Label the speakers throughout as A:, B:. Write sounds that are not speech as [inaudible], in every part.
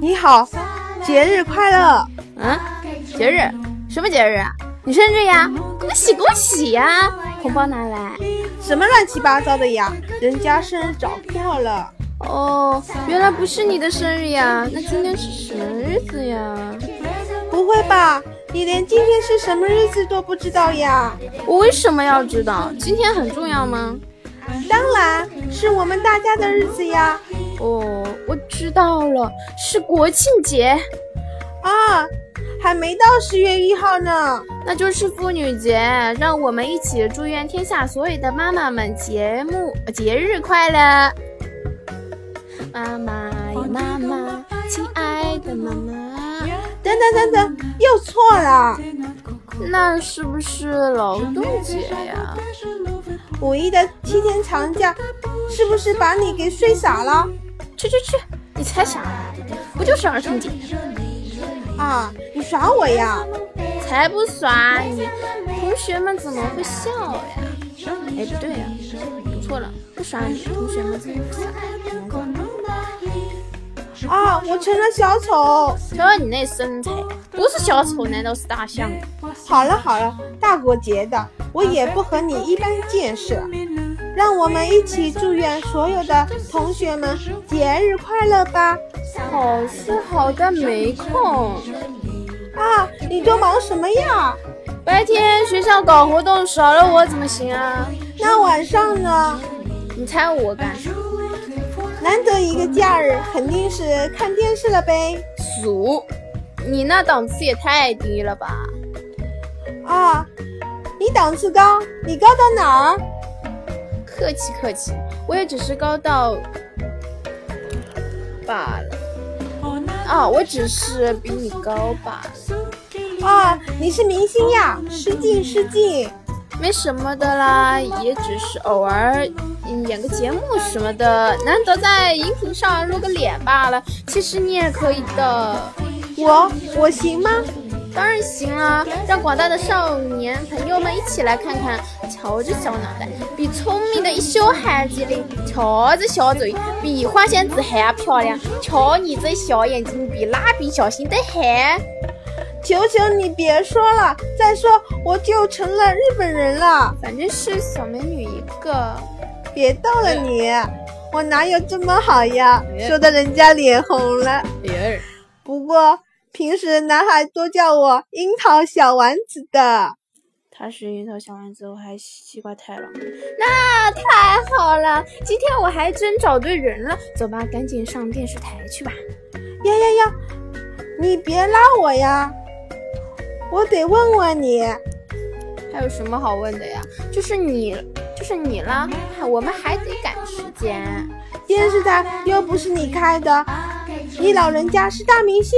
A: 你好，节日快乐！
B: 嗯，节日？什么节日啊？你生日呀？恭喜恭喜呀！红包拿来。
A: 什么乱七八糟的呀？人家生日早过了。
B: 哦，原来不是你的生日呀？那今天是什么日子呀？
A: 不会吧？你连今天是什么日子都不知道呀？
B: 我为什么要知道？今天很重要吗？
A: 当然是我们大家的日子呀！
B: 哦，我知道了，是国庆节，
A: 啊，还没到十月一号呢。
B: 那就是妇女节。让我们一起祝愿天下所有的妈妈们节目节日快乐！妈妈呀妈妈，亲爱的妈妈，
A: 等等等等，又错了。
B: 那是不是劳动节呀？
A: 五一的七天长假，是不是把你给睡傻了？
B: 去去去，你猜啥？不就是儿童节？
A: 啊，你耍我呀？
B: 才不耍
A: 哎
B: 你！同学们怎么会笑呀？哎，不对呀、我错了，不耍你，同学们怎么会笑？
A: 啊，我成了小丑。
B: 瞧瞧你那身材，不是小丑难道是大象？
A: 好了好了，大过节的，我也不和你一般见识了。让我们一起祝愿所有的同学们节日快乐吧！
B: 好是好，但没空。
A: 啊，你都忙什么呀？
B: 白天学校搞活动，少了我怎么行啊？
A: 那晚上呢？
B: 你猜我干啥？
A: 难得一个假日，肯定是看电视了呗。
B: 数，你那档次也太低了吧？
A: 啊，你档次高，你高到哪儿？
B: 客气客气，我也只是高到罢了。啊，我只是比你高罢了，
A: 啊，你是明星呀，失敬失敬。
B: 没什么的啦，也只是偶尔嗯演个节目什么的，难得在荧屏上露个脸罢了。其实你也可以的，
A: 我我行吗？
B: 当然行啦，让广大的少年朋友们一起来看看，瞧这小脑袋，比聪明的一宿还机灵；瞧这小嘴，比花仙子还漂亮；瞧你这小眼睛，比蜡笔小新的还……
A: 求求你别说了，再说我就成了日本人了。
B: 反正是小美女一个。
A: 别逗了你，我哪有这么好呀？说的人家脸红了。
B: 别
A: 不过平时男孩都叫我樱桃小丸子的。
B: 他是樱桃小丸子，我还西瓜太郎。那太好了，今天我还真找对人了。走吧，赶紧上电视台去吧。
A: 呀呀呀，你别拉我呀！我得问问你，
B: 还有什么好问的呀？就是你，就是你啦。我们还得赶时间。
A: 电视台又不是你开的，啊你老人家是大明星，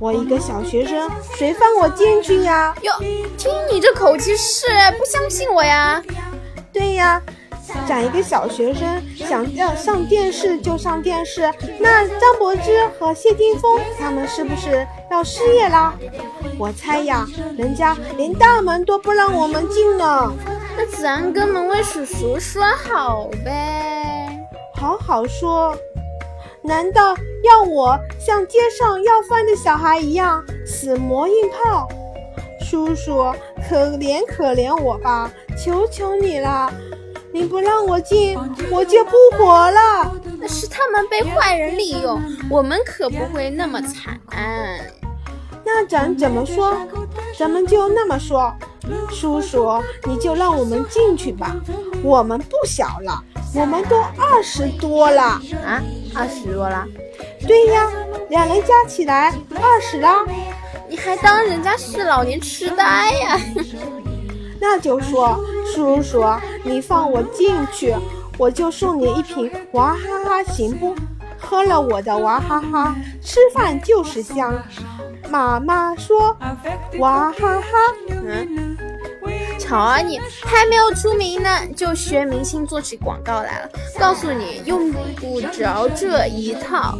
A: 我一个小学生，谁放我啊进去呀？
B: 哟，听你这口气是不相信我呀？
A: 对呀，长一个小学生想要上电视就上电视，那张柏芝和谢霆锋他们是不是要失业啦？我猜呀，人家连大门都不让我们进呢。
B: 那咱跟门卫叔叔说好呗。
A: 好好说，难道要我像街上要饭的小孩一样死磨硬泡？叔叔，可怜可怜我吧，求求你了！你不让我进，我就不活了。
B: 那是他们被坏人利用，我们可不会那么惨。
A: 那咱怎么说？咱们就那么说，叔叔，你就让我们进去吧。我们不小了，我们都二十多了。
B: 啊，二十多了，
A: 对呀，两人加起来二十啦。
B: 你还当人家是老年痴呆呀？ [laughs]
A: 那就说，叔叔，你放我进去，我就送你一瓶娃哈哈，行不？喝了我的娃哈哈，吃饭就是香。妈妈说，娃哈哈，
B: 嗯，瞧啊你，还没有出名呢，就学明星做起广告来了。告诉你，用不着这一套。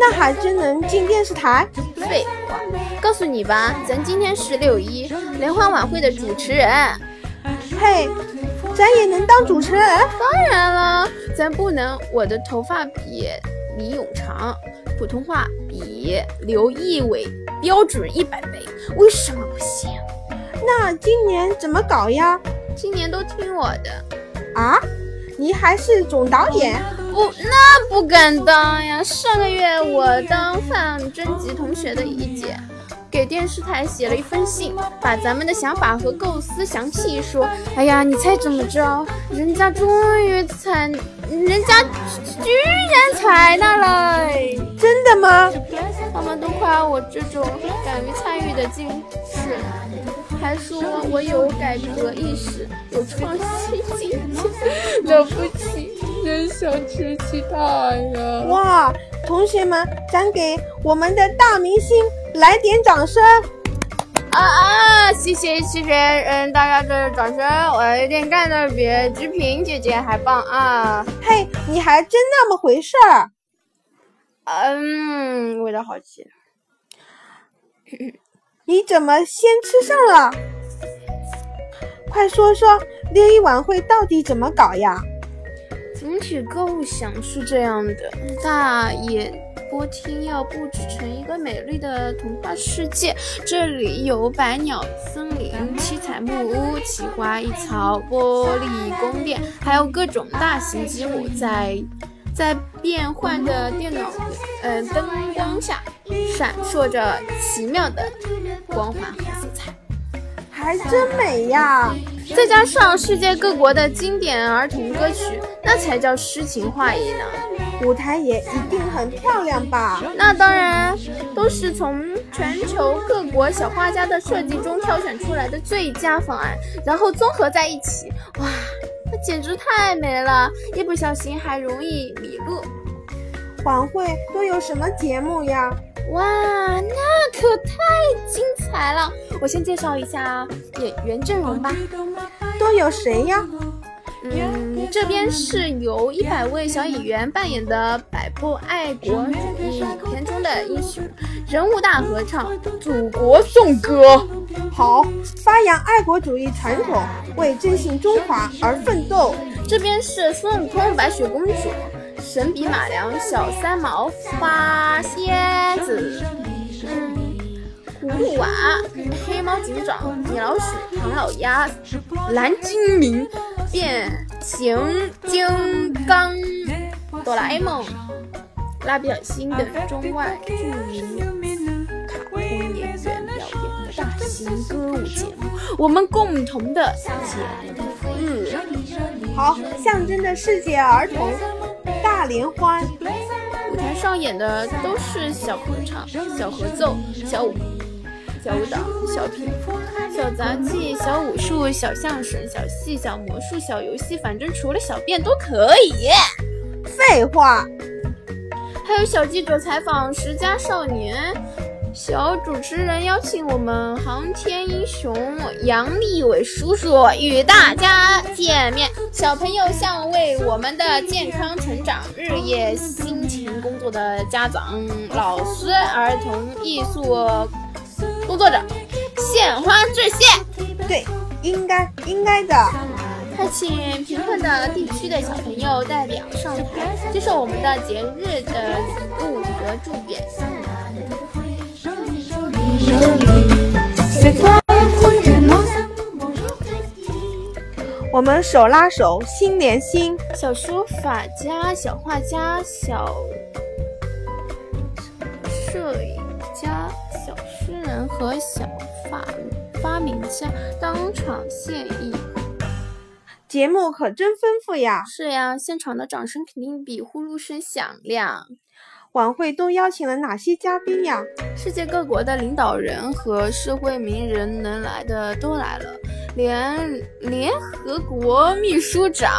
A: 那还真能进电视台？
B: 废话，告诉你吧，咱今天是六一联欢晚会的主持人。
A: 嘿，咱也能当主持人？
B: 当然了，咱不能，我的头发也李永长，普通话比刘仪伟标准一百倍，为什么不行？
A: 那今年怎么搞呀？
B: 今年都听我的，
A: 啊，你还是总导演？
B: 不，那不敢当呀！上个月我当范征吉同学的一姐，给电视台写了一封信，把咱们的想法和构思详细一说。哎呀，你猜怎么着？人家终于采，人家居然采纳了！
A: 真的吗？
B: 他们都夸我这种敢于参与的精神，还说我有改革意识，有创新精神。 [laughs] 了不起，真想吃鸡蛋呀！
A: 哇，同学们，咱给我们的大明星来点掌声！
B: 啊啊！谢谢谢谢，嗯，大家的掌声，我有点干的比志平姐姐还棒啊！
A: 嘿，你还真那么回事儿？
B: 嗯，味道好奇。
A: 你怎么先吃上了？快说说六一晚会到底怎么搞呀？
B: 总体构想是这样的：大演播厅要布置成一个美丽的童话世界，这里有百鸟森林、七彩木屋、奇花异草、玻璃宫殿，还有各种大型积木在。在变换的电脑，呃，灯光下闪烁着奇妙的光环和色彩。
A: 还真美呀！
B: 再加上世界各国的经典儿童歌曲，那才叫诗情画意呢。
A: 舞台也一定很漂亮吧？
B: 那当然，都是从全球各国小画家的设计中挑选出来的最佳方案，然后综合在一起。哇，那简直太美了！一不小心还容易迷路。
A: 晚会都有什么节目呀？
B: 哇，那可太精彩了！我先介绍一下演员阵容吧。
A: 都有谁呀？
B: 嗯，这边是由一百位小演员扮演的百部爱国主义影片中的英雄，人物大合唱，祖国颂歌。
A: 哦好，发扬爱国主义传统，为振兴中华而奋斗。
B: 这边是孙悟空、白雪公主、神笔马良、小三毛、花仙子。葫芦娃、黑猫警长、米老鼠、唐老鸭、蓝精灵、变形金刚、哆啦 A 梦、蜡笔小新等中外著名卡通演员表演的大型歌舞节目，我们共同的节日。
A: 好，象征着世界儿童大联欢。
B: 舞台上演的都是小合唱、小合奏、小舞、小舞蹈、小品、小杂技、小武术、小相声、小戏、小魔术、小游戏，反正除了小便都可以。
A: 废话，
B: 还有小记者采访十佳少年，小主持人邀请我们航天英雄杨利伟叔叔与大家见面。小朋友向为我们的健康成长日夜辛勤工作的家长、老师、儿童艺术工作者献花致谢。
A: 对，应该应该的。
B: 还请贫困的地区的小朋友代表上台，接受我们的节日的礼物和祝愿。
C: C'est toi le que nous avons aujourd'hui.
A: 我们手拉手，心连心。
B: 小书法家、小画家、小摄影家、小诗人和小发发明家当场献艺。
A: 节目可真丰富呀！
B: 是呀，现场的掌声肯定比呼噜声响亮。
A: 晚会都邀请了哪些嘉宾呀？
B: 世界各国的领导人和社会名人能来的都来了，连联合国秘书长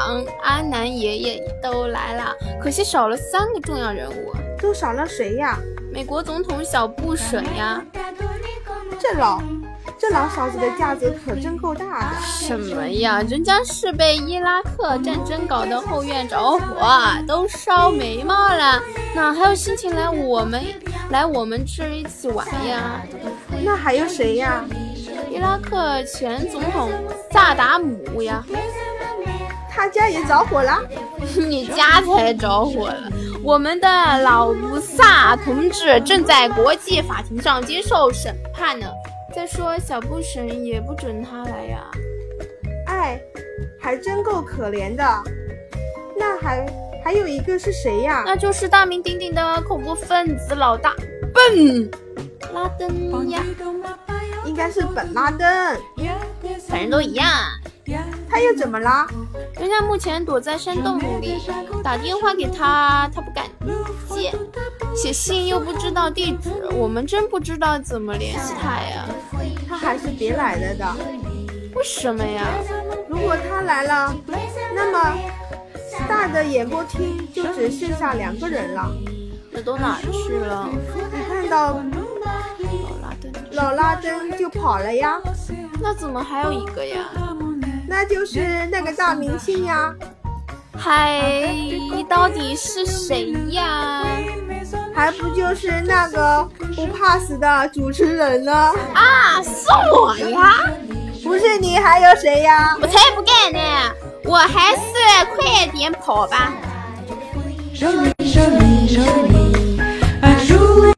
B: 安南爷爷都来了，可惜少了三个重要人物，啊
A: 都少了谁呀？
B: 美国总统小布什呀，
C: T'as donné comme
A: 这老这老嫂子的架子可真够大的。
B: 什么呀，人家是被伊拉克战争搞得后院着火，啊都烧眉毛了，哪还有心情来我们来我们这儿一起玩呀？
A: 那还有谁呀？
B: 伊拉克前总统萨达姆呀。
A: 他家也着火了？
B: [laughs] 你家才着火了！我们的老卢萨同志正在国际法庭上接受审判呢。再说，小布什也不准他来呀、
A: 哎，还真够可怜的。那还还有一个是谁呀？
B: 那就是大名鼎鼎的恐怖分子老大笨拉登呀，
A: 应该是本拉登，
B: 反正都一样。
A: 他又怎么啦？
B: 人家目前躲在山洞里，打电话给他，他不敢接；写信又不知道地址，我们真不知道怎么联系他呀。
A: 他还是别来了的。
B: 为什么呀？
A: 如果他来了，那么大的演播厅就只剩下两个人了。
B: 这都哪儿去了？
A: 你看到
B: 老拉登，
A: 老拉登就跑了呀，
B: 那怎么还有一个呀？
A: 那就是那个大明星呀。
B: 嗨，到底是谁呀？
A: 还不就是那个不怕死的主持人呢？
B: 啊，是我呀！
A: 不是你还有谁呀？
B: 我才不干呢！我还是快点跑吧。
D: Jolie, jolie, jolie.